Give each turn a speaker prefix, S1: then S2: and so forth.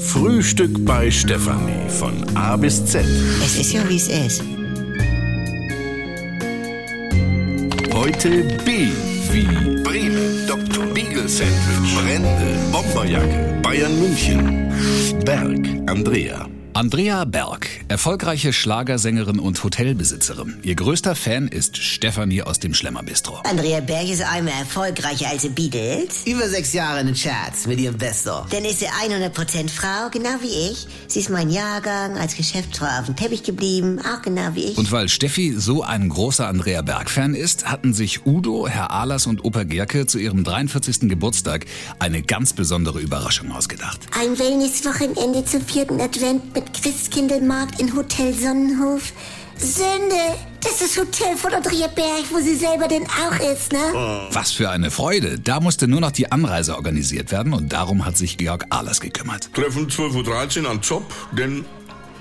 S1: Frühstück bei Stefanie von A bis Z.
S2: Es ist ja, wie es ist.
S1: Heute B wie Bremen, Dr. Beagle Sandwich, Brände, Bomberjacke, Bayern München, Berg, Andrea.
S3: Andrea Berg, erfolgreiche Schlagersängerin und Hotelbesitzerin. Ihr größter Fan ist Stefanie aus dem Schlemmerbistro.
S2: Andrea Berg ist einmal erfolgreicher als die Beatles.
S4: Über sechs Jahre in den Charts mit ihrem Bester.
S2: Dann ist sie 100% Frau, genau wie ich. Sie ist mein Jahrgang, als Geschäftsfrau auf dem Teppich geblieben, auch genau wie ich.
S3: Und weil Steffi so ein großer Andrea Berg-Fan ist, hatten sich Udo, Herr Ahlers und Opa Gerke zu ihrem 43. Geburtstag eine ganz besondere Überraschung ausgedacht.
S5: Ein Wellnesswochenende zum vierten Advent mit Christkindelmarkt in Hotel Sonnenhof. Sünde, das ist das Hotel von Andrea Berg, wo sie selber denn auch ist, ne?
S3: Was für eine Freude! Da musste nur noch die Anreise organisiert werden und darum hat sich Georg Ahlers gekümmert.
S6: Treffen 12.13 Uhr am Zopp, denn